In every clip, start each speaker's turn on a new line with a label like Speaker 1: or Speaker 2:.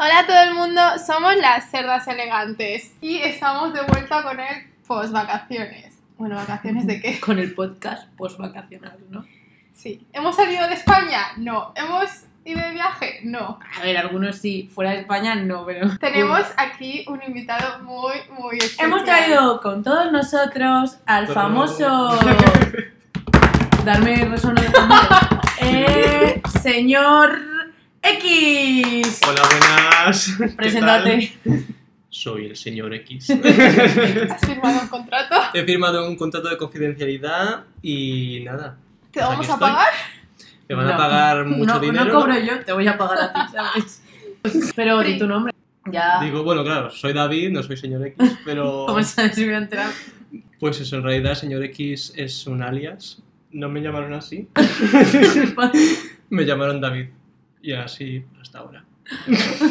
Speaker 1: Hola a todo el mundo, somos las cerdas elegantes y estamos de vuelta con el post vacaciones. Bueno, vacaciones de qué?
Speaker 2: Con el podcast post vacacional, ¿no?
Speaker 1: Sí. ¿Hemos salido de España? No. ¿Hemos ido de viaje? No.
Speaker 2: A ver, algunos sí, fuera de España no, pero.
Speaker 1: Tenemos aquí un invitado muy, muy especial.
Speaker 2: Hemos traído con todos nosotros al
Speaker 3: Pero-
Speaker 2: famoso. Darme resonancia. Eh, señor X.
Speaker 3: Hola, buenas. ¿Qué tal?
Speaker 2: Preséntate.
Speaker 3: Soy el señor X.
Speaker 1: ¿Has firmado un contrato?
Speaker 3: He firmado un contrato de confidencialidad y nada.
Speaker 1: ¿Te
Speaker 3: Pues
Speaker 1: vamos
Speaker 3: aquí
Speaker 1: a
Speaker 3: estoy.
Speaker 1: pagar?
Speaker 3: Me van
Speaker 2: No.
Speaker 3: a pagar mucho
Speaker 2: no,
Speaker 3: dinero.
Speaker 2: no cobro yo, te voy a pagar a ti, ¿sabes? Pero di tu nombre. Ya.
Speaker 3: Digo, bueno, claro, soy David, no soy señor X, pero.
Speaker 2: ¿Cómo sabes si me voy a enterar?
Speaker 3: Pues eso, en realidad, señor X es un alias. No me llamaron así. Me llamaron David. Y así hasta ahora.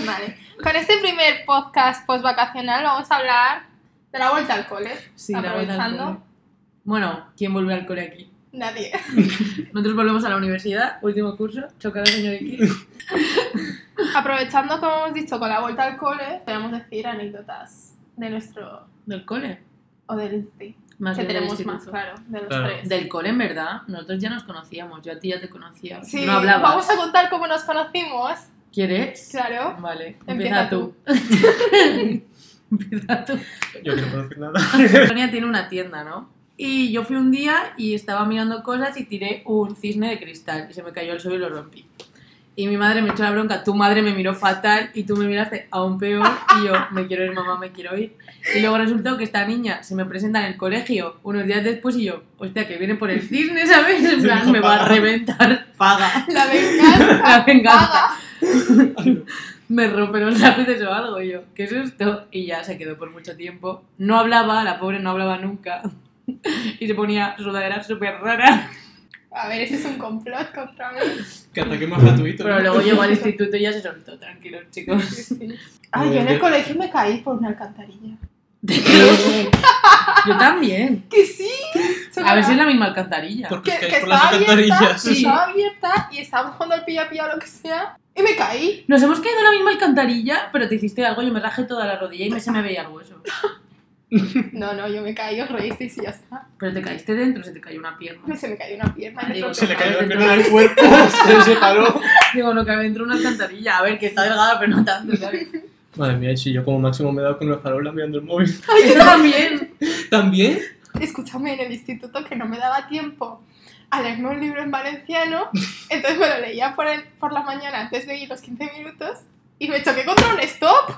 Speaker 1: Vale. Con este primer podcast post vacacional vamos a hablar de la vuelta al cole.
Speaker 2: Sí, la vuelta al
Speaker 1: Aprovechando.
Speaker 2: cole. Bueno, ¿quién vuelve al cole aquí?
Speaker 1: Nadie.
Speaker 2: Nosotros volvemos a la universidad, último curso, chocar al señor X.
Speaker 1: Aprovechando, como hemos dicho, con la vuelta al cole, podemos decir anécdotas de nuestro.
Speaker 2: Del cole.
Speaker 1: o del insti.
Speaker 2: Más
Speaker 1: Que
Speaker 2: bien del
Speaker 1: tenemos
Speaker 2: instituto.
Speaker 1: más, claro, de los
Speaker 3: Claro.
Speaker 1: tres.
Speaker 2: Del cole, en verdad, nosotros ya nos conocíamos. Yo a ti ya te conocía.
Speaker 1: Sí,
Speaker 2: no hablabas.
Speaker 1: vamos a contar cómo nos conocimos,
Speaker 2: ¿Quieres?
Speaker 1: claro.
Speaker 2: Vale, empieza,
Speaker 1: Empieza
Speaker 2: tú. empieza tú.
Speaker 3: Yo que no puedo decir nada.
Speaker 2: Sonia tiene una tienda, ¿no? Y yo fui un día y estaba mirando cosas y tiré un cisne de cristal y se me cayó al suelo y lo rompí. Y mi madre me echó la bronca, tu madre me miró fatal y tú me miraste aún peor y yo, me quiero ir mamá, me quiero ir. Y luego resultó que esta niña se me presenta en el colegio unos días después y yo, hostia, que viene por el cisne, ¿sabes? En plan, me va a reventar, paga.
Speaker 1: La venganza.
Speaker 2: La venganza.
Speaker 1: paga.
Speaker 2: me rompen los lápices o algo. Y yo, qué susto. Y ya se quedó por mucho tiempo. No hablaba, la pobre no hablaba nunca. y se ponía sudadera súper rara.
Speaker 1: A ver, ese es un complot contra mí.
Speaker 3: Que ataque más gratuito.
Speaker 2: Pero
Speaker 3: ¿no?
Speaker 2: luego llegó al instituto y ya se soltó, tranquilos, chicos.
Speaker 1: Sí, sí. Ay, yo en el colegio me caí por una alcantarilla.
Speaker 2: yo también.
Speaker 1: ¡Que sí!
Speaker 2: A ver si es la misma alcantarilla.
Speaker 3: Porque
Speaker 1: que,
Speaker 3: es que,
Speaker 1: que
Speaker 3: por las
Speaker 1: estaba abierta,
Speaker 3: alcantarillas.
Speaker 2: Sí.
Speaker 1: estaba abierta y estaba jugando al pilla pilla o lo que sea y me caí.
Speaker 2: Nos hemos quedado en la misma alcantarilla, pero te hiciste algo, yo me rajé toda la rodilla y me- se me veía el hueso.
Speaker 1: No, no, yo me caí, os reísteis y ya está.
Speaker 2: Pero te caíste dentro, se te cayó una pierna.
Speaker 1: Se me cayó una pierna. me
Speaker 2: Adiós.
Speaker 1: rompí
Speaker 3: Se le
Speaker 1: una
Speaker 3: cayó
Speaker 2: Claro.
Speaker 3: el pelo del cuerpo, se separó.
Speaker 2: Digo, no cabe dentro de una alcantarilla. A ver, que está delgada, pero no tanto, ¿sabes?
Speaker 3: Madre mía, si yo como máximo me he dado con la farola mirando el móvil.
Speaker 2: Yo también.
Speaker 3: ¿También?
Speaker 1: escúchame, en el instituto que no me daba tiempo a leerme un libro en valenciano, entonces me lo leía por, el- por la mañana antes de ir los 15 minutos y me choqué contra un stop.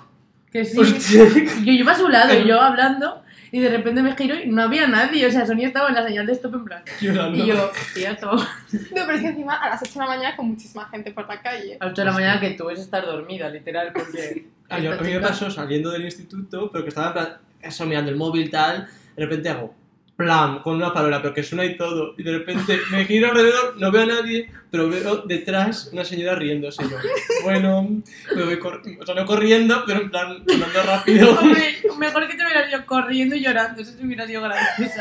Speaker 2: Que sí.
Speaker 3: Hostia.
Speaker 2: Yo iba a su lado, yo hablando, y de repente me giro y no había nadie. O sea, Sonia estaba en la señal de stop en plan.
Speaker 3: Llorando.
Speaker 2: Y yo, tía, todo.
Speaker 1: No, pero es que encima a las 8 de la mañana con muchísima gente por la calle.
Speaker 2: A las 8 de la mañana que tú es estar dormida, literal, porque.
Speaker 3: Ah, yo- a mí me pasó saliendo del instituto, pero que estaba en plan, eso mirando el móvil tal, de repente hago plan con una farola, pero que suena y todo, y de repente me giro alrededor, no veo a nadie, pero veo detrás una señora riéndose. Yo, bueno, me voy cor- o sea, no corriendo, pero en plan, andando rápido.
Speaker 2: Hombre, mejor que te hubieras ido corriendo y llorando, eso te hubiera sido gracioso.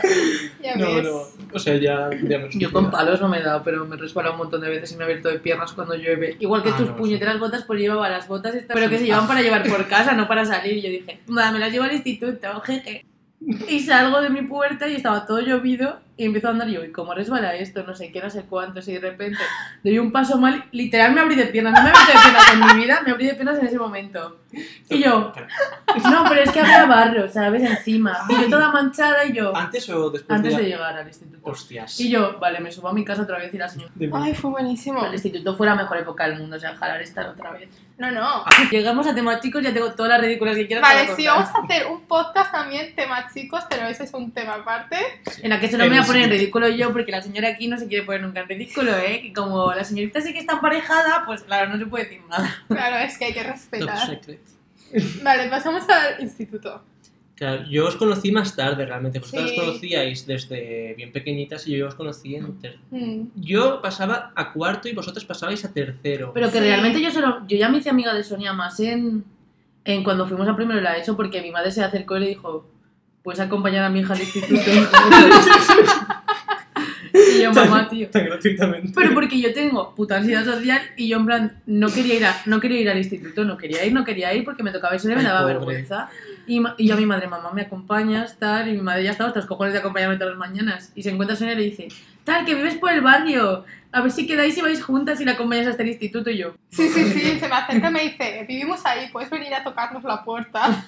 Speaker 1: Ya
Speaker 3: No,
Speaker 1: ves.
Speaker 3: no, o sea, ya, ya me
Speaker 2: Yo con palos no me he dado, pero me he resbalado un montón de veces y me he abierto de piernas cuando llueve. Igual que
Speaker 3: Ah,
Speaker 2: tus
Speaker 3: no,
Speaker 2: puñeteras botas, pues llevaba las botas, estas, pero que se llevan para llevar por casa, no para salir. Y yo dije, nada, me las llevo al instituto, jeje. Y salgo de mi puerta y estaba todo llovido y empiezo a andar y yo, ¿y cómo resbala esto? No sé qué, no sé cuánto. Y de repente doy un paso mal, literal me abrí de piernas, no me abrí de piernas en mi vida, me abrí de piernas en ese momento. Y yo, no, pero es que había barro, ¿sabes? Encima. Y yo toda manchada y yo,
Speaker 3: ¿Antes o después
Speaker 2: antes
Speaker 3: de
Speaker 2: de
Speaker 3: la-
Speaker 2: llegar al instituto.
Speaker 3: Hostias.
Speaker 2: Y yo, vale, me subo a mi casa otra vez y la señora.
Speaker 3: De-
Speaker 1: Ay, fue buenísimo.
Speaker 2: El instituto fue la mejor época del mundo, o sea, jalar estar otra vez.
Speaker 1: No, no.
Speaker 3: Ah,
Speaker 2: Llegamos a temas chicos, ya tengo todas las ridículas que quieras.
Speaker 1: Vale,
Speaker 2: para
Speaker 1: sí,
Speaker 2: contar.
Speaker 1: vamos a hacer un podcast también, tema chicos, pero ese es un tema aparte.
Speaker 2: En la que solo me
Speaker 3: En
Speaker 2: voy a
Speaker 3: el
Speaker 2: poner en
Speaker 3: siguiente.
Speaker 2: ridículo yo, porque la señora aquí no se quiere poner nunca en ridículo, ¿eh? Que como la señorita sí que está emparejada, pues claro, no se puede decir nada.
Speaker 1: Claro, es que hay que
Speaker 3: Top
Speaker 1: respetar.
Speaker 3: secret.
Speaker 1: Vale, pasamos al instituto.
Speaker 3: Claro, yo os conocí más tarde realmente, vosotras
Speaker 1: Sí.
Speaker 3: conocíais desde bien pequeñitas y yo os conocí en ter-
Speaker 1: Mm.
Speaker 3: Yo pasaba a cuarto y vosotras pasabais a tercero.
Speaker 2: Pero que
Speaker 1: Sí.
Speaker 2: realmente yo solo. Yo ya me hice amiga de Sonia más en. en cuando fuimos a primero y la ESO, porque mi madre se acercó y le dijo: Pues acompañar a mi hija al instituto. y yo, mamá, tío.
Speaker 3: Tan gratuitamente.
Speaker 2: Pero porque yo tengo puta ansiedad social y yo en plan no quería ir, a- no quería ir al instituto, no quería ir, no quería ir porque me tocaba eso y me
Speaker 3: Ay,
Speaker 2: daba
Speaker 3: pobre.
Speaker 2: vergüenza. Y, ma- y yo a mi madre, mamá, me acompañas, tal, y mi madre ya estaba hasta los cojones de acompañarme todas las mañanas. Y se encuentra Sonia y le dice, tal, que vives por el barrio, a ver si quedáis y vais juntas y la acompañas hasta el instituto y yo.
Speaker 1: Sí, sí, sí, se me acerca y me dice, vivimos ahí, puedes venir a tocarnos la puerta.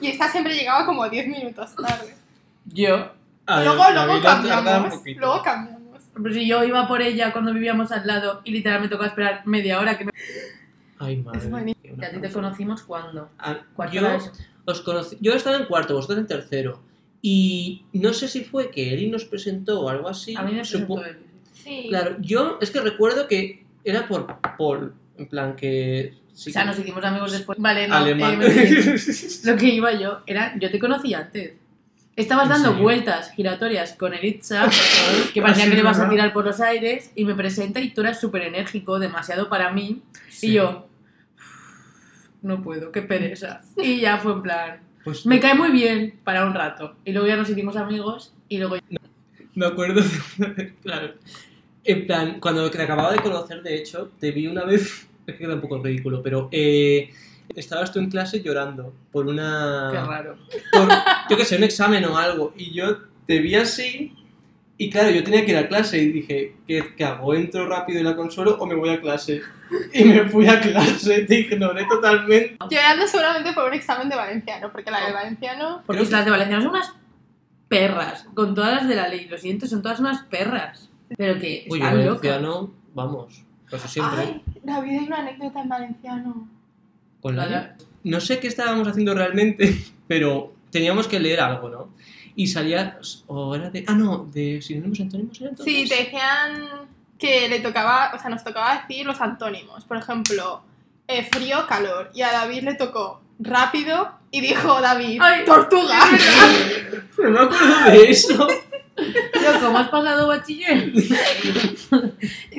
Speaker 1: Y esta siempre llegaba como 10 minutos tarde.
Speaker 2: Yo.
Speaker 3: A ver,
Speaker 1: luego,
Speaker 3: la
Speaker 1: luego
Speaker 3: vida tarda un
Speaker 1: cambiamos,
Speaker 3: poquito.
Speaker 1: luego cambiamos.
Speaker 2: Pues si yo iba por ella cuando vivíamos al lado y literal me tocó esperar media hora que me...
Speaker 3: Ay, madre.
Speaker 1: Es buenísimo.
Speaker 2: Que a ti te conocimos cuando.
Speaker 3: Ah,
Speaker 2: Cuarto
Speaker 3: yo, os conocí, yo estaba en cuarto, vosotros en tercero. Y no sé si fue que Eli nos presentó o algo así.
Speaker 2: A mí me
Speaker 3: Supo-
Speaker 2: presentó él.
Speaker 1: Sí.
Speaker 3: Claro, yo es que recuerdo que era por Paul. En plan que. sí
Speaker 2: O sea,
Speaker 3: que-
Speaker 2: nos hicimos amigos después. Vale, no.
Speaker 3: Alemán.
Speaker 2: eh, Lo que iba yo era, yo te conocí antes. Estabas
Speaker 3: ¿En
Speaker 2: dando
Speaker 3: serio?
Speaker 2: giratorias, giratorias con Elitza, que parecía que
Speaker 3: Así
Speaker 2: le
Speaker 3: de
Speaker 2: vas a
Speaker 3: raro.
Speaker 2: tirar por los aires, y me presenta y tú eras súper enérgico, demasiado para mí,
Speaker 3: Sí.
Speaker 2: y yo, no puedo, qué pereza. Y ya fue en plan,
Speaker 3: Pues
Speaker 2: me cae muy bien para un rato. Y luego ya nos hicimos amigos, y luego
Speaker 3: Me acuerdo de- claro. En plan, cuando te acababa de conocer, de hecho, te vi una vez. Es que queda un poco ridículo, pero. eh, estabas tú en clase llorando por una.
Speaker 2: qué raro.
Speaker 3: por, yo que sé, un examen o algo. Y yo te vi así. Y claro, yo tenía que ir a clase y dije, ¿qué, qué hago? ¿Entro rápido y la consuelo o me voy a clase? Y me fui a clase, te ignoré totalmente.
Speaker 1: Llorando seguramente por un examen de valenciano, porque la de valenciano...
Speaker 2: Porque
Speaker 3: Creo que-
Speaker 2: las de Valencia son unas perras, con todas las de la ley, lo siento, son todas unas perras. Pero que
Speaker 3: Uy,
Speaker 2: están
Speaker 3: yo
Speaker 2: locas.
Speaker 3: no vamos, casi siempre.
Speaker 1: Ay, David, hay una anécdota en valenciano.
Speaker 3: Con la-
Speaker 2: Vale.
Speaker 3: No sé qué estábamos haciendo realmente, pero teníamos que leer algo, ¿no? Y salía, o era de, ah, no, de sinónimos y antónimos era entonces.
Speaker 1: Sí, te decían que le tocaba, o sea, nos tocaba decir los antónimos. Por ejemplo, eh, frío, calor. Y a David le tocó rápido y dijo David,
Speaker 2: Ay,
Speaker 1: tortuga.
Speaker 3: Pero no me acuerdo de eso.
Speaker 2: Tío, ¿Cómo has pasado bachiller?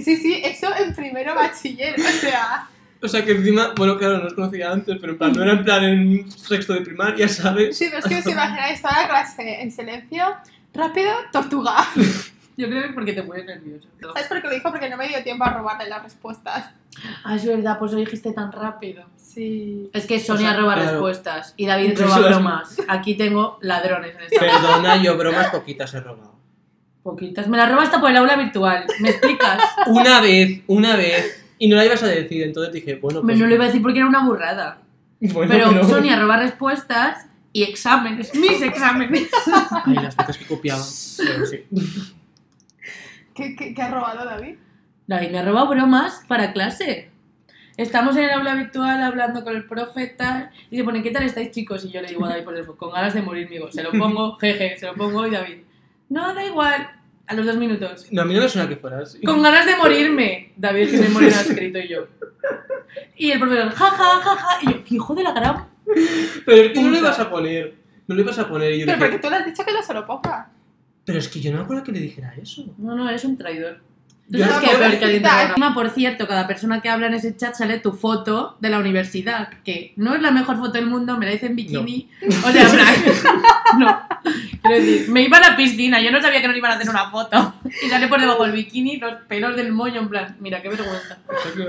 Speaker 1: Sí, sí, eso en primero bachiller. O sea,
Speaker 3: O sea que encima, bueno, claro, no os conocía antes, pero en plan, no era en plan en sexto de primaria, ¿sabes?
Speaker 1: sí, pero es que os imagináis toda la clase en silencio. Rápido, tortuga.
Speaker 2: Yo creo que porque te pones nervioso.
Speaker 1: ¿Sabes por qué lo dijo? Porque no me dio tiempo a robarle las respuestas.
Speaker 2: Ah, es verdad, pues lo dijiste tan rápido.
Speaker 1: Sí.
Speaker 2: Es que Sonia
Speaker 3: O sea,
Speaker 2: roba
Speaker 3: claro.
Speaker 2: respuestas y David
Speaker 3: Incluso
Speaker 2: roba
Speaker 3: las-
Speaker 2: bromas. Aquí tengo ladrones en esta.
Speaker 3: Perdona, yo bromas poquitas he robado.
Speaker 2: Poquitas. Me las roba hasta por el aula virtual. ¿Me explicas?
Speaker 3: Una vez, una vez, y no la ibas a decir, entonces dije, bueno,
Speaker 2: Me
Speaker 3: pues...
Speaker 2: no lo iba a decir porque era una burrada.
Speaker 3: Bueno,
Speaker 2: Pero
Speaker 3: pero-
Speaker 2: Sonia roba respuestas y exámenes. Mis exámenes.
Speaker 3: Ay, las veces que copiaban. Pero sí.
Speaker 1: ¿Qué, qué, qué ha robado David?
Speaker 2: David me ha robado bromas para clase. Estamos en el aula virtual hablando con el profe, tal, y se pone, ¿qué tal estáis chicos? Y yo le digo a David por teléfono, con ganas de morir, digo, se lo pongo, jeje, se lo pongo, y David, no, da igual, a los dos minutos,
Speaker 3: No, a mí no me suena que fuera así.
Speaker 2: con ganas de morirme, David que se morirá escrito y yo. Y el profesor, ja, ja, ja, ja, y yo, "¿Qué hijo de la gran...
Speaker 3: Pero es que no lo ibas a poner. No lo ibas a poner y yo
Speaker 1: Pero
Speaker 3: dije,
Speaker 1: porque tú le has dicho que no se lo ponga.
Speaker 3: pero es que yo no me acuerdo que le dijera eso.
Speaker 2: No, no, eres un traidor. Tú
Speaker 3: Yo
Speaker 2: sabes
Speaker 3: no
Speaker 2: que
Speaker 3: puedo
Speaker 2: peor que alguien te
Speaker 1: quitar.
Speaker 2: roba. Encima, por cierto, cada persona que habla en ese chat sale tu foto de la universidad, que no es la mejor foto del mundo, me la hice en bikini. O sea, en plan, no. Quiero decir, me iba a la piscina, yo no sabía que nos iban a hacer una foto. Y sale por debajo el bikini, los pelos del moño, en plan, mira, qué vergüenza.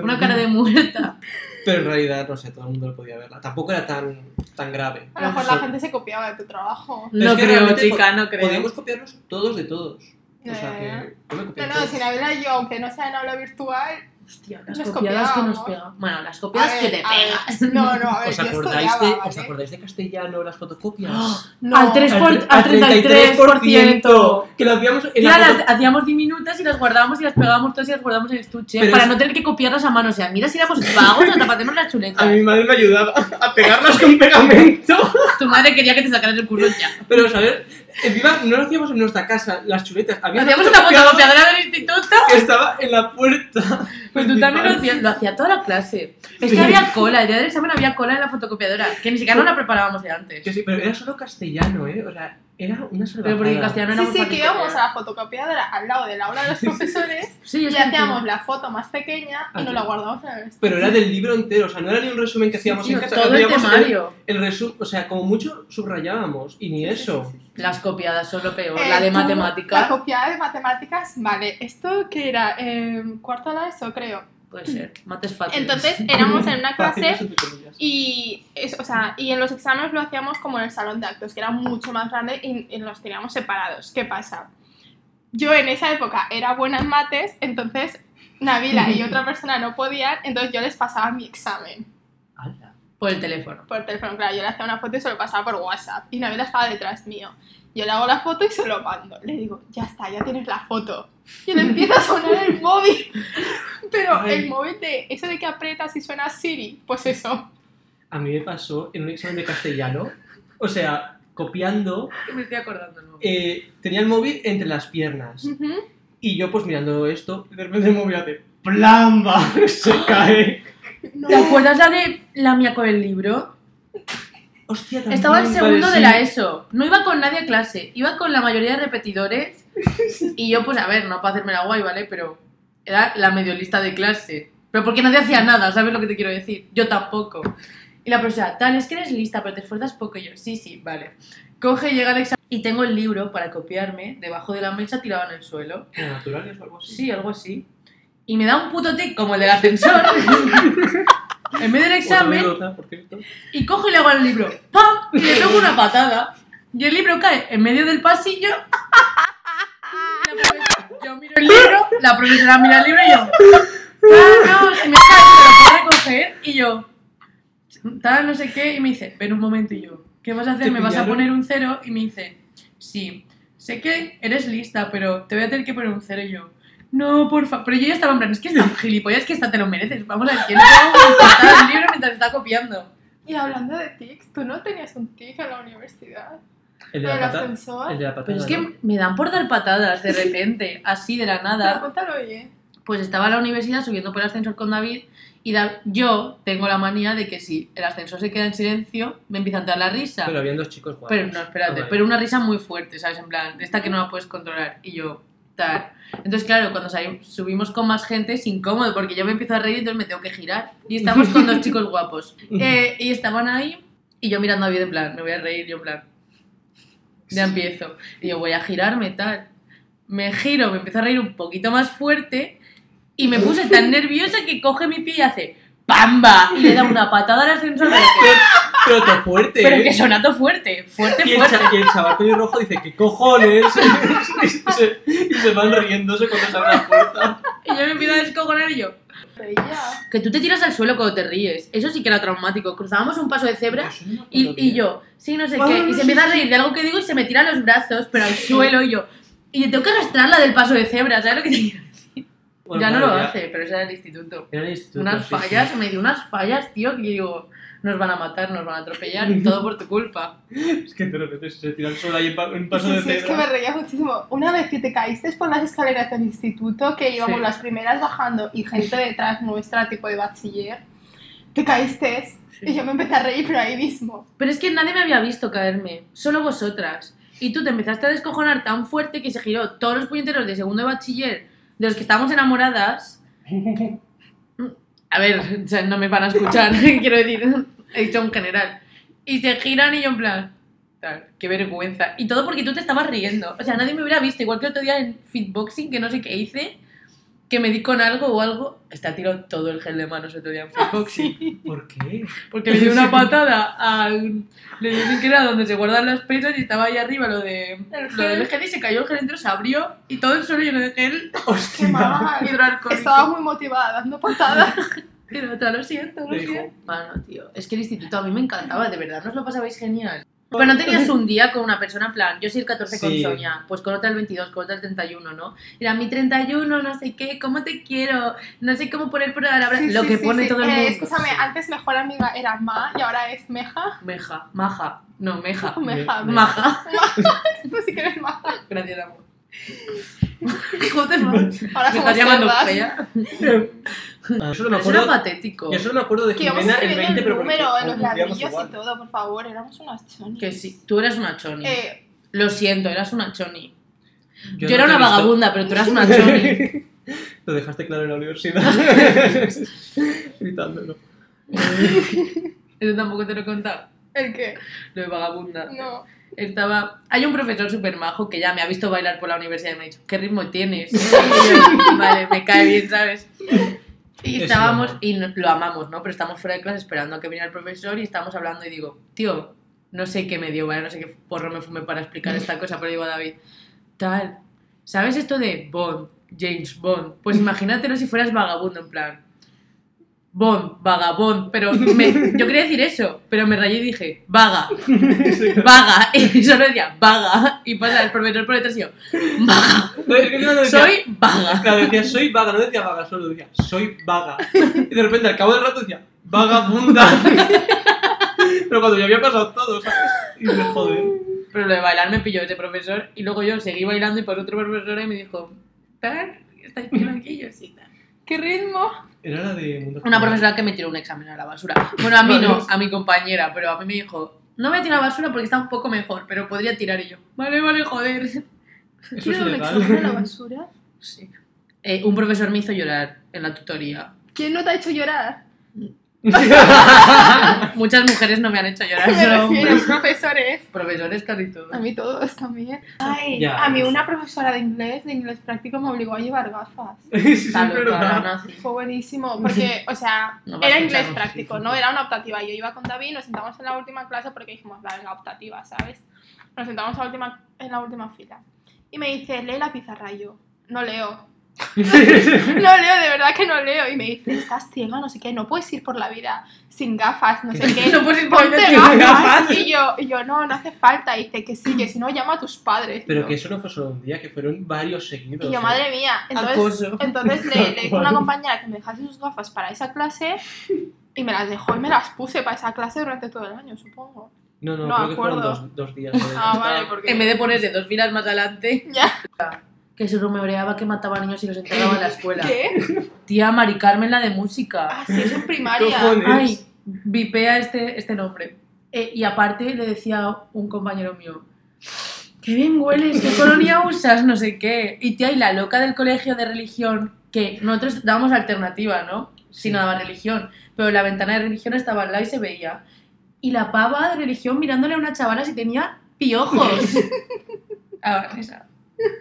Speaker 2: Una cara de muerta.
Speaker 3: Pero en realidad, no sé, todo el mundo lo podía verla. Tampoco era tan, tan grave.
Speaker 2: Ah,
Speaker 1: A lo mejor
Speaker 3: Sí.
Speaker 1: la gente se copiaba de tu trabajo.
Speaker 3: Pero
Speaker 2: No
Speaker 3: es que
Speaker 2: creo,
Speaker 3: realmente
Speaker 2: chica, no creo.
Speaker 3: Podíamos copiarnos todos de todos. O
Speaker 1: Eh.
Speaker 3: sea que. Yo me copié
Speaker 1: No,
Speaker 3: de
Speaker 1: no,
Speaker 3: todos.
Speaker 1: si David y yo, aunque no sea en aula virtual.
Speaker 2: Hostia, las
Speaker 1: Nos
Speaker 2: copiadas que nos
Speaker 1: copiábamos.
Speaker 2: pegan. Bueno, las
Speaker 1: a
Speaker 2: copiadas
Speaker 1: ver,
Speaker 2: que te
Speaker 1: a ver.
Speaker 2: pegas.
Speaker 1: No, no, a ver,
Speaker 3: ¿Os
Speaker 1: yo
Speaker 3: acordáis,
Speaker 1: estudiaba,
Speaker 3: de,
Speaker 1: ¿vale?
Speaker 3: ¿Os acordáis de castellano las fotocopias?
Speaker 1: No.
Speaker 2: Al tres- ¡Ah! Por- al 33%.
Speaker 3: Que lo hacíamos en
Speaker 2: Ya
Speaker 3: la
Speaker 2: las hacíamos diminutas y las guardábamos y las pegábamos todas y las guardábamos en estuche
Speaker 3: Pero
Speaker 2: para
Speaker 3: es-
Speaker 2: no tener que copiarlas a mano. O sea, mira si éramos vagos hasta para hacernos las chuletas.
Speaker 3: A mi madre me ayudaba a pegarlas con pegamento.
Speaker 2: Tu madre quería que te sacaras el culo ya.
Speaker 3: Pero, ¿sabes? Encima no lo hacíamos en nuestra casa, las chuletas. Había
Speaker 2: Hacíamos
Speaker 3: una
Speaker 2: una fotocopiadora del instituto.
Speaker 3: que estaba en la puerta.
Speaker 2: Pero Pues tú también lo
Speaker 3: principal.
Speaker 2: hacías, lo hacía toda la clase. Es
Speaker 3: Sí.
Speaker 2: que había cola, el día del examen había cola en la fotocopiadora, que ni siquiera no la preparábamos de antes.
Speaker 3: Que sí, pero era solo castellano, ¿eh? O sea, Era una salvajada.
Speaker 2: Pero porque en castellano era
Speaker 1: Sí,
Speaker 2: muy
Speaker 1: sí,
Speaker 2: fácil
Speaker 1: que
Speaker 2: copiar.
Speaker 1: íbamos a la fotocopiadora al lado de la aula de los profesores
Speaker 2: Sí, es
Speaker 1: y
Speaker 2: que
Speaker 1: hacíamos
Speaker 2: encima-
Speaker 1: la foto más pequeña y
Speaker 3: Ah,
Speaker 1: nos
Speaker 3: sí.
Speaker 1: la guardábamos en el estudio.
Speaker 3: Pero era del libro entero, o sea, no era ni un resumen que hacíamos
Speaker 2: Sí,
Speaker 3: en
Speaker 2: sí,
Speaker 3: casa,
Speaker 2: todo el
Speaker 3: hacíamos
Speaker 2: temario.
Speaker 3: El resumen, o sea, como mucho subrayábamos, y ni eso.
Speaker 2: Las copiadas son lo peor.
Speaker 1: Eh,
Speaker 2: la de
Speaker 1: tú, La
Speaker 2: matemáticas.
Speaker 1: copiada de matemáticas, vale. ¿Esto que era? Eh, cuarto de la ESO, creo.
Speaker 2: Puede ser. Mates fáciles.
Speaker 1: Entonces éramos en una clase
Speaker 3: Fáciles, entre comillas.
Speaker 1: Y, es- o sea, y en los exámenes lo hacíamos como en el salón de actos, que era mucho más grande y, y los teníamos separados. ¿Qué pasa? Yo en esa época era buena en mates, entonces Navila y otra persona no podían, entonces yo les pasaba mi examen
Speaker 3: Ala.
Speaker 2: Por el teléfono.
Speaker 1: por teléfono. Claro, yo le hacía una foto y se lo pasaba por WhatsApp y Navila estaba detrás mío. Yo le hago la foto y se lo mando. Le digo, ya está, ya tienes la foto. Y le empieza a sonar el móvil. Pero el
Speaker 3: Ay.
Speaker 1: móvil de eso de que aprietas y suena Siri, pues eso.
Speaker 3: A mí me pasó en un examen de castellano, o sea, copiando,
Speaker 2: Me estoy acordando. ¿no?
Speaker 3: eh, tenía el móvil entre las piernas.
Speaker 1: Ujú.
Speaker 3: Y yo, pues mirando esto, de repente el móvil hace ¡Plamba! Se cae.
Speaker 1: No.
Speaker 2: ¿Te acuerdas la de la mía con el libro?
Speaker 3: Hostia, también.
Speaker 2: Estaba el
Speaker 3: vale,
Speaker 2: segundo de
Speaker 3: sí.
Speaker 2: la ESO. No iba con nadie a clase. Iba con la mayoría de repetidores. Y yo, pues a ver, no para hacerme la guay, ¿vale? Pero era la medio lista de clase. Pero porque nadie hacía nada, ¿sabes lo que te quiero decir? Yo tampoco. Y la profesora, tal, es que eres lista, pero te esfuerzas poco. Y yo, sí, sí, vale. Coge, llega el examen. Y tengo el libro para copiarme debajo de la mesa tirado en el suelo.
Speaker 3: ¿Era naturales o algo así?
Speaker 2: E Sí, algo así. Y me da un puto tic como el del ascensor. en medio del
Speaker 3: Otra
Speaker 2: examen.
Speaker 3: anécdota, por cierto.
Speaker 2: Y cojo y le hago al libro. ¡Pam! Y le pego una patada. Y el libro cae en medio del pasillo. La profesora- yo miro el libro, la profesora mira el libro y yo. ¡Ah, no! Y me cae, me lo puedo recoger. Y yo. Tal, no sé qué. Y me dice, ven un momento. Y yo, ¿qué vas a hacer?
Speaker 3: ¿Te
Speaker 2: ¿Me vas a
Speaker 3: pillaron?
Speaker 2: poner un cero? Y me dice, sí. Sé que eres lista, pero te voy a tener que poner un cero. Y yo, no, por favor. Pero yo ya estaba en plan, es que está un gilipollas, que esta te lo mereces. Vamos a ver, ¿quién le va a cortar el libro mientras está copiando?
Speaker 1: Y hablando de tics, ¿tú no tenías un tic en la universidad?
Speaker 3: El de
Speaker 1: ¿Lo del
Speaker 3: la patada. Ah, El
Speaker 1: ascensor?
Speaker 3: de la patada.
Speaker 2: Pero es
Speaker 3: ¿no?
Speaker 2: que me dan por dar patadas de repente, así de la
Speaker 1: Pero
Speaker 2: nada.
Speaker 1: cuéntalo bien.
Speaker 2: Pues estaba en la universidad subiendo por el ascensor con David y Da- yo tengo la manía de que si el ascensor se queda en silencio, me empieza a entrar la risa.
Speaker 3: Pero habían dos chicos guapos.
Speaker 2: Pero no, espérate,
Speaker 3: Ah, vale.
Speaker 2: pero una risa muy fuerte, ¿sabes? En plan, de esta que no la puedes controlar. Y yo, tal. Entonces, claro, cuando sali- subimos con más gente es incómodo porque yo me empiezo a reír y entonces me tengo que girar. Y estamos con dos chicos guapos. Eh, y estaban ahí y yo mirando a David en plan, me voy a reír, yo en plan, ya empiezo. Y yo voy a girarme, tal. Me giro, me empiezo a reír un poquito más fuerte y me puse tan nerviosa que coge mi pie y hace ¡Pamba! Y le da una patada al ascensor. pero que-
Speaker 3: Pero tan fuerte.
Speaker 2: Pero
Speaker 3: ¿eh?
Speaker 2: que sonato fuerte, fuerte,
Speaker 3: Y el,
Speaker 2: fuerte.
Speaker 3: cha- y el chaval pelirrojo dice, ¿qué cojones? y, se, y se van riéndose cuando se abre la puerta.
Speaker 2: Y yo me empiezo a descojonar y yo.
Speaker 1: Reía.
Speaker 2: Que tú te tiras al suelo cuando te ríes. Eso sí que era traumático. Cruzábamos un paso de cebra
Speaker 3: Eso no me
Speaker 2: y,
Speaker 3: acuerdo
Speaker 2: y
Speaker 3: bien.
Speaker 2: yo, sí, no sé
Speaker 3: Ah,
Speaker 2: qué. Y
Speaker 3: sí,
Speaker 2: se empieza a
Speaker 3: sí.
Speaker 2: reír de algo que digo y se me tiran los brazos, pero al suelo y yo. Y tengo que arrastrar la del paso de cebra, ¿sabes lo que te digo?
Speaker 3: Bueno,
Speaker 2: ya no
Speaker 3: claro,
Speaker 2: lo hace, pero esa era el instituto.
Speaker 3: Era el instituto,
Speaker 2: Unas
Speaker 3: sí, sí.
Speaker 2: fallas, me dio unas fallas, tío, que yo digo, nos van a matar, nos van a atropellar, todo por tu culpa.
Speaker 3: Es que de repente se tiran solo ahí en pa- un paso
Speaker 1: Sí,
Speaker 3: de
Speaker 1: sí, pues, es que me
Speaker 3: cebra.
Speaker 1: reía muchísimo. Una vez que te caíste por las escaleras del instituto, que íbamos
Speaker 2: Sí.
Speaker 1: las primeras bajando y gente detrás nuestra, tipo de bachiller, te caíste y yo me empecé a reír, pero ahí mismo.
Speaker 2: Pero es que nadie me había visto caerme, solo vosotras. Y tú te empezaste a descojonar tan fuerte que se giró todos los puñeteros de segundo de bachiller, de los que estábamos enamoradas. A ver, o sea, no me van a escuchar, quiero decir, he dicho en general. Y se giran y yo en plan, tal, qué vergüenza. Y todo porque tú te estabas riendo. O sea, nadie me hubiera visto, igual que otro día en fitboxing, que no sé qué hice, que me di con algo o algo. Está tirado todo el gel de manos otro día en fitboxing.
Speaker 3: ¿Por qué?
Speaker 2: Porque le dio una patada al. Le dio sin querer a donde se guardan las pesas y estaba ahí arriba lo de.
Speaker 1: El
Speaker 2: Lo
Speaker 1: gel.
Speaker 2: del gel y se cayó el gel dentro, se abrió y todo el suelo lleno de gel
Speaker 1: Qué
Speaker 3: Hostia.
Speaker 1: mal.
Speaker 2: hidroalcohólico.
Speaker 1: Estaba muy motivada dando patadas.
Speaker 2: Pero te lo siento, lo
Speaker 3: Le dijo.
Speaker 2: siento. Bueno, tío, es que el instituto a mí me encantaba, de verdad, nos lo pasabais genial. Pero no tenías un día con una persona en plan, yo soy el 14 con
Speaker 3: Sí.
Speaker 2: Sonia, pues con otra el 22, con otra el 31, ¿no? Era mi 31, no sé qué, ¿cómo te quiero? No sé cómo poner por ahora.
Speaker 1: Sí,
Speaker 2: lo
Speaker 1: sí,
Speaker 2: que
Speaker 1: sí,
Speaker 2: pone
Speaker 1: sí.
Speaker 2: todo el
Speaker 1: Eh,
Speaker 2: mundo.
Speaker 1: escúchame, antes mejor amiga era Ma y ahora es Meja.
Speaker 2: Meja, maja, no, meja.
Speaker 1: Meja.
Speaker 3: Me-
Speaker 1: Maja.
Speaker 2: Maja.
Speaker 1: Tú sí que eres Maja.
Speaker 2: Gracias, amor. Joder, me
Speaker 1: Ahora somos
Speaker 2: estás llamando
Speaker 1: cerdas.
Speaker 2: fea.
Speaker 3: Ah, Yo solo
Speaker 2: Pero Eso
Speaker 3: me
Speaker 2: era
Speaker 3: acuerdo...
Speaker 2: patético.
Speaker 3: Yo solo me acuerdo de
Speaker 1: Que íbamos
Speaker 3: Jimena el 20,
Speaker 1: escribiendo el
Speaker 3: pero... porque
Speaker 1: número en los
Speaker 3: cumplíamos
Speaker 1: ladrillos
Speaker 3: igual.
Speaker 1: y todo, por favor, éramos unas chonis.
Speaker 2: Que sí, tú eras una choni.
Speaker 1: Eh,
Speaker 2: Lo siento, eras una choni. Yo,
Speaker 3: no
Speaker 2: era una
Speaker 3: te he visto.
Speaker 2: vagabunda, pero tú eras una choni.
Speaker 3: Lo dejaste claro en la universidad. Gritándolo.
Speaker 2: Eso tampoco te lo he contado.
Speaker 1: ¿El qué?
Speaker 2: Lo de vagabunda.
Speaker 1: No.
Speaker 2: Estaba. Hay un profesor súper majo que ya me ha visto bailar por la universidad y me ha dicho, ¿qué ritmo tienes? Y yo, vale, me cae bien, ¿sabes? Y
Speaker 3: Es
Speaker 2: estábamos,
Speaker 3: normal.
Speaker 2: y no- lo amamos, ¿no? Pero estábamos fuera de clase esperando a que viniera el profesor y estábamos hablando y digo, tío, no sé qué me dio, ¿vale? No sé qué porro me fumé para explicar esta cosa, pero digo a David, tal, ¿sabes esto de Bond, James Bond? Pues imagínatelo si fueras vagabundo, en plan, Bond, vagabond, pero me- yo quería decir eso, pero me rayé y dije, vaga,
Speaker 3: Sí.
Speaker 2: vaga, y solo decía, vaga, y pasa el profesor por detrás y yo, vaga,
Speaker 3: No, es que no lo decía-
Speaker 2: soy vaga.
Speaker 3: Claro, decía soy vaga, no decía vaga, solo decía soy vaga. Y de repente al cabo del rato decía vagabunda. Pero cuando ya había pasado todo, ¿sabes? Y me joder.
Speaker 2: Pero lo de bailar me pilló ese profesor y luego yo seguí bailando y por otro profesor y me dijo, tal, ¿estás bien aquí? Y yo, sí, tal.
Speaker 1: ¿Qué ritmo?
Speaker 3: Era la de Mundo
Speaker 2: Una
Speaker 3: Joven.
Speaker 2: profesora que me tiró un examen a la basura. Bueno, a mí no, a mi compañera, pero a mí me dijo, no me tira a la basura porque está un poco mejor, pero podría tirar y yo. Vale, vale, joder.
Speaker 3: Eso es
Speaker 1: ¿Quiero un
Speaker 3: ilegal.
Speaker 1: examen a la basura?
Speaker 2: Sí. Eh, un profesor me hizo llorar en la tutoría.
Speaker 1: ¿Quién no te ha hecho llorar?
Speaker 2: Muchas mujeres no me han hecho llorar,
Speaker 1: Me
Speaker 2: solo
Speaker 1: refiero,
Speaker 2: hombres.
Speaker 1: profesores.
Speaker 2: Profesores casi todos.
Speaker 1: A mí todos también. Ay,
Speaker 3: Ya,
Speaker 1: a mí
Speaker 3: eso.
Speaker 1: una profesora de inglés, de inglés práctico, me obligó a llevar gafas.
Speaker 3: Sí,
Speaker 2: Tal
Speaker 3: es
Speaker 2: vez,
Speaker 3: verdad.
Speaker 2: claro, nazi.
Speaker 1: Fue buenísimo, porque, o sea,
Speaker 2: No vas a
Speaker 1: era
Speaker 2: escuchar
Speaker 1: inglés
Speaker 2: mucho,
Speaker 1: práctico,
Speaker 3: sí,
Speaker 1: ¿no?
Speaker 3: sí.
Speaker 1: Era una optativa. Yo iba con David, nos sentamos en la última clase porque dijimos, va, venga, optativa, ¿sabes? Nos sentamos en la última, en la última fila. Y me dice, lee la pizarra Y yo. No leo. No leo, de verdad que no leo. Y me dice, estás ciega, no sé qué, no puedes ir por la vida sin gafas, no sé qué.
Speaker 2: No puedes ir por
Speaker 1: Ponte
Speaker 2: ahí, tío.
Speaker 1: gafas. Y yo, y yo, no, no hace falta. Y dice que sí, que si no, llama a tus padres. Y
Speaker 3: Pero
Speaker 1: yo,
Speaker 3: que eso no fue solo un día, que fueron varios seguidos.
Speaker 1: y yo,
Speaker 3: ¿eh?
Speaker 1: madre mía, entonces,
Speaker 2: Acoso.
Speaker 1: entonces le, le dije a una
Speaker 3: Acoso.
Speaker 1: compañera que me dejase sus gafas para esa clase y me las dejó y me las puse para esa clase durante todo el año, supongo.
Speaker 3: No, no,
Speaker 1: No,
Speaker 3: creo que
Speaker 1: acuerdo.
Speaker 3: fueron dos, dos días. ¿eh? ¿no?
Speaker 1: Ah,
Speaker 3: Estaba-
Speaker 1: vale, porque...
Speaker 2: En vez de ponerse dos filas más adelante.
Speaker 1: Ya.
Speaker 2: Que se rumoreaba que mataba niños y los enterraba en la escuela.
Speaker 1: ¿Qué?
Speaker 2: Tía Mari Carmen, la de música.
Speaker 1: Ah, sí, eso en primaria.
Speaker 3: Cojones.
Speaker 2: Ay, vipea este, este nombre. Eh, y aparte le decía un compañero mío, qué bien hueles, qué colonia usas, no sé qué. Y tía, y la loca del colegio de religión, que nosotros dábamos alternativa, ¿no? Si no daba religión. Pero la ventana de religión estaba al lado y se veía. Y la pava de religión mirándole a una chavala si tenía piojos. Ah, esa.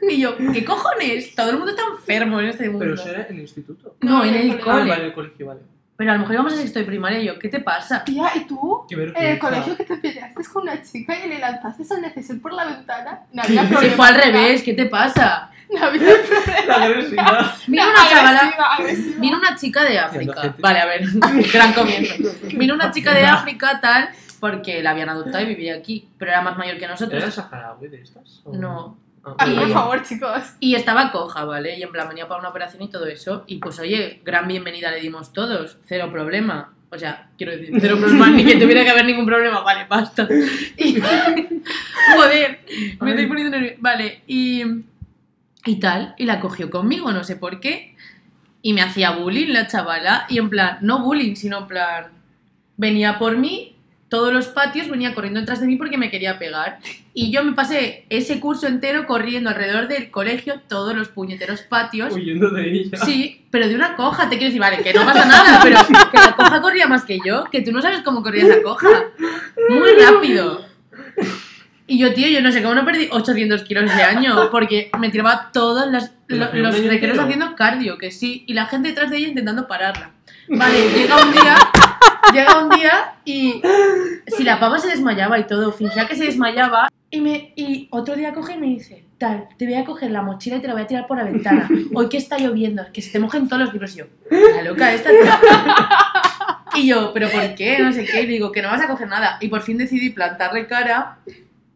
Speaker 2: Y yo, ¿qué cojones? Todo el mundo está enfermo en este mundo.
Speaker 3: Pero eso era en el instituto.
Speaker 2: No, en el
Speaker 3: Ah, vale,
Speaker 2: cole.
Speaker 3: el colegio, vale.
Speaker 2: Pero a lo mejor íbamos a sexto de primaria y yo, ¿qué te pasa?
Speaker 1: Tía, ¿y tú?
Speaker 3: Qué
Speaker 1: En
Speaker 3: vergüenza.
Speaker 1: Eh, el colegio que te peleaste con una chica y le lanzaste al neceser por la ventana, no había problema.
Speaker 2: Se fue al revés, ¿qué te pasa?
Speaker 1: No había problema.
Speaker 3: La agresividad.
Speaker 2: Vino una chavala,
Speaker 1: Agresiva, agresiva.
Speaker 2: vino una chica de
Speaker 3: Haciendo
Speaker 2: África.
Speaker 3: gente.
Speaker 2: Vale, a ver, gran comienzo. Vino una chica de África tal, porque la habían adoptado y vivía aquí, pero era más mayor que
Speaker 3: ¿Era
Speaker 2: nosotros.
Speaker 3: saharaui de estas? o-
Speaker 2: No.
Speaker 3: Ah,
Speaker 1: Ah,
Speaker 2: Y-
Speaker 1: por
Speaker 3: vale.
Speaker 1: favor, chicos.
Speaker 2: Y estaba coja, ¿vale? Y en plan venía para una operación y todo eso. Y pues oye, gran bienvenida le dimos todos, cero problema. O sea, quiero decir, cero problema, ni que tuviera que haber ningún problema, vale, basta. Y- joder, me estoy poniendo nerviosa. Vale, y, y tal, y la cogió conmigo, no sé por qué. Y me hacía bullying la chavala, y en plan, no bullying, sino en plan, venía por mí, todos los patios venía corriendo detrás de mí porque me quería pegar. Y yo me pasé ese curso entero corriendo alrededor del colegio, todos los puñeteros patios.
Speaker 3: Huyendo de ella.
Speaker 2: Sí, pero de una coja, te quiero decir, vale, que no pasa nada, pero que la coja corría más que yo, que tú no sabes cómo corría esa coja. Muy rápido. Y yo, tío, yo no sé cómo no perdí 800 kilos ese año, porque me tiraba todos los,
Speaker 3: Pero
Speaker 2: lo-
Speaker 3: fue un
Speaker 2: los
Speaker 3: año
Speaker 2: recreos
Speaker 3: entero.
Speaker 2: haciendo cardio, que sí, y la gente detrás de ella intentando pararla. Vale, llega un día, llega un día y si la pava se desmayaba y todo, fingía que se desmayaba, y, me, y otro día coge y me dice, tal, te voy a coger la mochila y te la voy a tirar por la ventana. Hoy que está lloviendo, que se te mojen todos los libros. Y yo, la loca esta. tía". Y yo, pero ¿por qué? No sé qué. Y le digo, que no vas a coger nada. Y por fin decidí plantarle cara,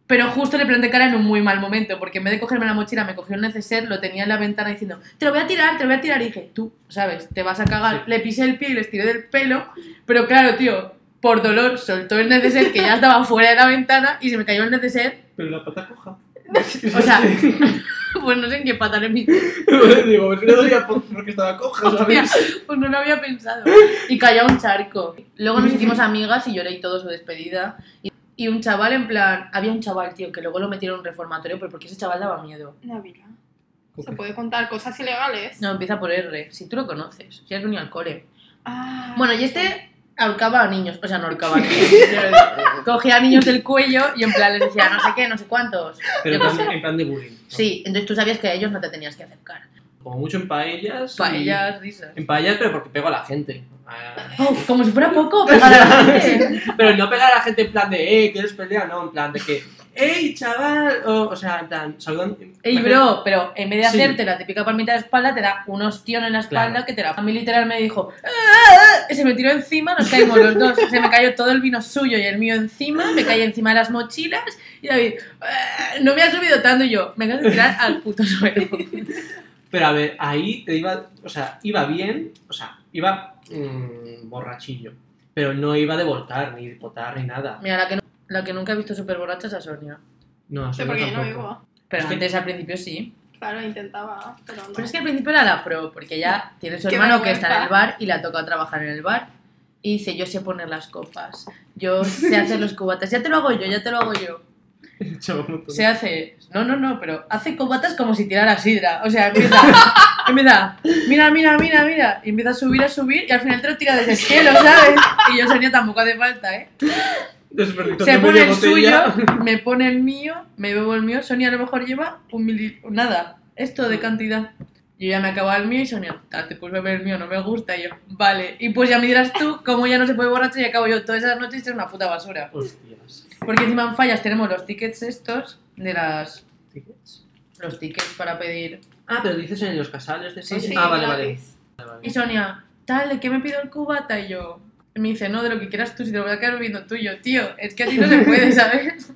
Speaker 2: pero justo le planté cara en un muy mal momento, porque en vez de cogerme la mochila, me cogió el neceser, lo tenía en la ventana diciendo, te lo voy a tirar, te lo voy a tirar. Y dije, tú, ¿sabes? Te vas a cagar.
Speaker 3: Sí.
Speaker 2: Le pisé el pie y le estiré del pelo, pero claro, tío. Por dolor soltó el neceser que ya estaba fuera de la ventana y se me cayó el neceser
Speaker 3: Pero la pata coja.
Speaker 2: o sea, pues no sé en qué pata le metí.
Speaker 3: Digo, no dolía por- porque estaba coja,
Speaker 2: Hostia,
Speaker 3: ¿sabes?
Speaker 2: Pues no lo había pensado. Y cayó a un charco. Luego nos hicimos amigas y lloré y todo su despedida. Y, Y un chaval en plan, había un chaval, tío, que luego lo metieron en un reformatorio, pero porque ese chaval daba miedo.
Speaker 1: Navila. Se puede contar cosas ilegales.
Speaker 2: No, empieza por R, si tú lo conoces, si has venido al cole.
Speaker 1: Ah.
Speaker 2: Bueno, y este ahorcaba a niños, o sea, no ahorcaba a niños, quiero decir, cogía a niños del cuello y en plan les decía no sé qué, no sé cuántos.
Speaker 3: Pero en plan, en plan de bullying. ¿no?
Speaker 2: Sí, entonces tú sabías que a ellos no te tenías que acercar.
Speaker 3: Como mucho en paellas. y-
Speaker 2: Paellas, risas.
Speaker 3: En paellas, pero porque pego a la gente. Ah.
Speaker 2: Oh, como si fuera poco, pero para la gente.
Speaker 3: Pero no pegar a la gente en plan de, eh, ¿quieres pelear? No, en plan de que, ¡Ey, chaval! O, o sea, en plan, saludan.
Speaker 2: Ey, bro, pero en vez de
Speaker 3: Sí.
Speaker 2: hacerte la típica palmita de la espalda, te da un ostión en la espalda
Speaker 3: Claro.
Speaker 2: que te da. A mí literal me dijo, "Ah, ah", y se me tiró encima, nos caímos los dos. Se me cayó todo el vino suyo y el mío encima, me caí encima de las mochilas y David, "Ah, no me ha subido tanto y yo, me acabo de tirar al puto suelo.
Speaker 3: Pero a ver, ahí te iba, o sea, iba bien, o sea, iba mm, borrachillo. Pero no iba de voltar, ni de potar, ni nada.
Speaker 2: Mira, la que, no- la que nunca he visto súper borracha es a Sonia.
Speaker 3: No,
Speaker 1: Sí,
Speaker 3: eso
Speaker 1: porque yo no
Speaker 3: tampoco.
Speaker 1: vivo.
Speaker 2: Pero
Speaker 3: Es que-
Speaker 2: antes al principio sí.
Speaker 1: Claro, intentaba, pero no.
Speaker 2: Pero es que al principio era la pro, porque ella tiene su
Speaker 1: Qué
Speaker 2: hermano que está en
Speaker 1: vergüenza.
Speaker 2: el bar y la ha tocado trabajar en el bar. Y dice, yo sé poner las copas, yo sé hacer los cubatas, ya te lo hago yo, ya te lo hago yo.
Speaker 3: Echaba un
Speaker 1: Pues
Speaker 3: montón.
Speaker 2: Se hace, no, no, no, pero hace cubatas como si tirara sidra. O sea, empieza, empieza, mira, mira, mira, mira. Y empieza a subir, a subir, y al final te lo tira desde el cielo, ¿sabes? Y yo, Sonia, tampoco hace falta, ¿eh?
Speaker 3: Desperdicio
Speaker 2: Se
Speaker 3: de
Speaker 2: pone
Speaker 3: media
Speaker 2: el suyo,
Speaker 3: botella.
Speaker 2: me pone el mío, me bebo el mío. Sonia a lo mejor lleva un mili... Nada, esto de cantidad. Yo ya me acababa el mío y Sonia, "Ah, te puedes beber el mío, no me gusta. Y yo, vale. Y pues ya me dirás tú cómo ya no se puede borracho y acabo yo todas esas noches es una puta basura.
Speaker 3: Hostias.
Speaker 2: Porque encima en fallas tenemos los tickets estos de las...
Speaker 3: ¿Tickets?
Speaker 2: Los tickets para pedir.
Speaker 3: Ah, pero dices en los casales de
Speaker 1: Sí,
Speaker 3: España. Ah, vale, vale.
Speaker 1: gratis.
Speaker 3: Vale, vale.
Speaker 2: Y Sonia, tal, ¿de qué me pido el cubata? Y yo... y Me dice, no, de lo que quieras tú, si te lo voy a quedar bebiendo tuyo, tío. Es que así no se puede, ¿sabes?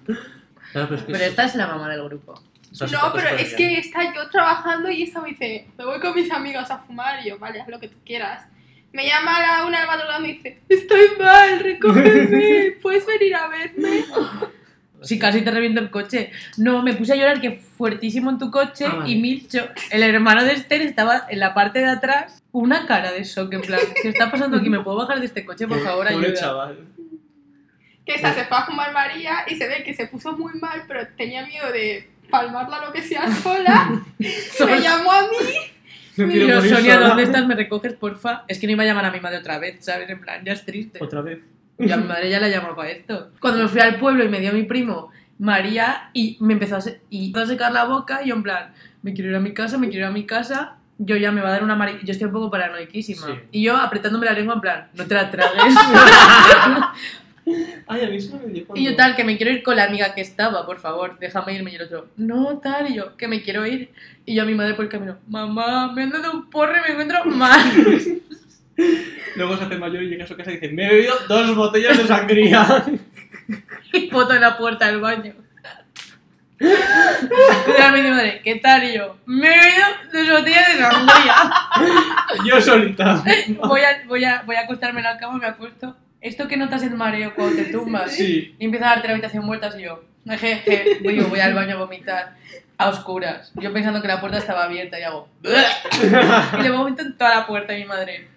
Speaker 3: Claro, pero es que
Speaker 2: Pero esta es la mamá del grupo.
Speaker 3: esas
Speaker 1: No,
Speaker 3: fotos
Speaker 1: pero
Speaker 3: por
Speaker 1: es
Speaker 3: allá.
Speaker 1: que está yo trabajando y esta me dice, me voy con mis amigos a fumar y yo, vale, haz lo que tú quieras. Me llama a la una de la madrugada y me dice, estoy mal, recógeme, puedes venir a verme.
Speaker 2: Si casi te reviento el coche. No, me puse a llorar que fuertísimo en tu coche
Speaker 3: Ah, vale.
Speaker 2: y Milcho, el hermano de Esther, estaba en la parte de atrás, una cara de shock, en plan, ¿qué está pasando aquí? ¿Me puedo bajar de este coche, por favor,
Speaker 3: Pobre
Speaker 2: ayuda?
Speaker 3: chaval.
Speaker 1: Que esta se fue a fumar María y se ve que se puso muy mal, pero tenía miedo de palmarla lo que sea sola. me llamó a mí.
Speaker 3: Me
Speaker 2: Y
Speaker 3: quiero
Speaker 2: yo,
Speaker 3: morir
Speaker 2: Sonia,
Speaker 3: sola.
Speaker 2: ¿dónde estás? ¿Me recoges, porfa? Es que no iba a llamar a mi madre otra vez, ¿sabes? En plan, ya es triste.
Speaker 3: Otra vez.
Speaker 2: Y a mi madre ya la llamaba para esto. Cuando me fui al pueblo y me dio mi primo María y me empezó a, se- y empezó a secar la boca y yo en plan, me quiero ir a mi casa, me quiero ir a mi casa. Yo ya me va a dar una mari... Yo estoy un poco paranoiquísima.
Speaker 3: Sí.
Speaker 2: Y yo apretándome la lengua en plan, no te la tragues.
Speaker 3: Ay, a mí se me dio cuando-
Speaker 2: y yo tal, que me quiero ir con la amiga que estaba, por favor, déjame irme. Y el otro, no tal, y yo, que me quiero ir. Y yo a mi madre por el camino, mamá, me han dado un porre, me encuentro mal.
Speaker 3: Luego se hace mayor y llega a su casa y dice, me he bebido dos botellas de sangría.
Speaker 2: y foto en la puerta del baño. Realmente, madre, ¿qué tal? Y yo, me he bebido dos botellas de sangría.
Speaker 3: yo solita.
Speaker 2: Voy a, voy, a, voy a acostarme en la cama, me acuesto. Esto que notas el mareo cuando te tumbas.
Speaker 3: Sí.
Speaker 2: Y empieza a darte la habitación muertas y yo, jeje, voy, voy al baño a vomitar. A oscuras. Yo pensando que la puerta estaba abierta y hago, y le vomito en toda la puerta a mi madre.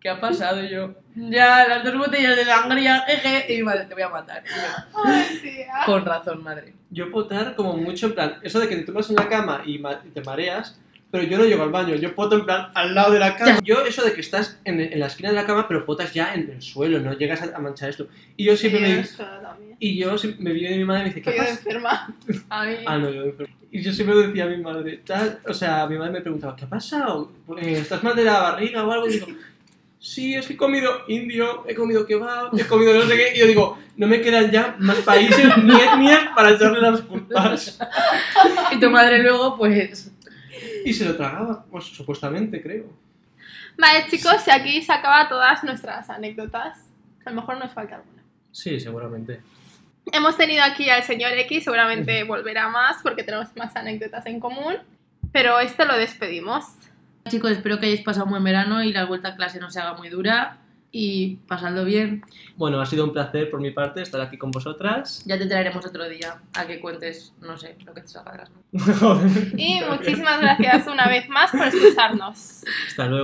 Speaker 2: ¿Qué ha pasado? Y yo, ya, las dos botellas de sangría, jeje. Y mi madre, te voy a matar. Y yo,
Speaker 1: Ay, tía.
Speaker 2: Con razón, madre.
Speaker 3: Yo potar como mucho en plan, eso de que te tomas en la cama y, ma- y te mareas, pero yo no llego al baño, yo poto en plan al lado de la cama. Yo eso de que estás en, en la esquina de la cama, pero potas ya en el suelo, no llegas a, a manchar esto. Y yo siempre me
Speaker 1: Sí, eso también.
Speaker 3: y yo siempre- me viene mi madre y me dice, ¿qué
Speaker 1: Estoy yo de
Speaker 3: pasa?
Speaker 1: enferma.
Speaker 2: Ay,
Speaker 3: Ah, no, yo de enfermo. Y yo siempre decía a mi madre, tal, o sea, mi madre me preguntaba, ¿qué ha pasado? Eh, ¿Estás mal de la barriga o algo? Y digo, sí, es que he comido indio, he comido kebab, he comido no sé qué. Y yo digo, no me quedan ya más países ni etnias para echarle las culpas.
Speaker 2: Y tu madre luego, pues.
Speaker 3: Y se lo tragaba, pues, supuestamente, creo.
Speaker 1: Vale, chicos, y aquí se acaban todas nuestras anécdotas. A lo mejor nos falta alguna.
Speaker 3: Sí, seguramente.
Speaker 1: Hemos tenido aquí al señor X, seguramente volverá más porque tenemos más anécdotas en común, pero este lo despedimos.
Speaker 2: Chicos, espero que hayáis pasado un buen verano y la vuelta a clase no se haga muy dura. Y pasadlo bien.
Speaker 3: Bueno, ha sido un placer por mi parte estar aquí con vosotras.
Speaker 2: Ya te traeremos otro día a que cuentes, no sé, lo que te salga de las manos.
Speaker 1: Y muchísimas gracias una vez más por escucharnos.
Speaker 3: Hasta luego.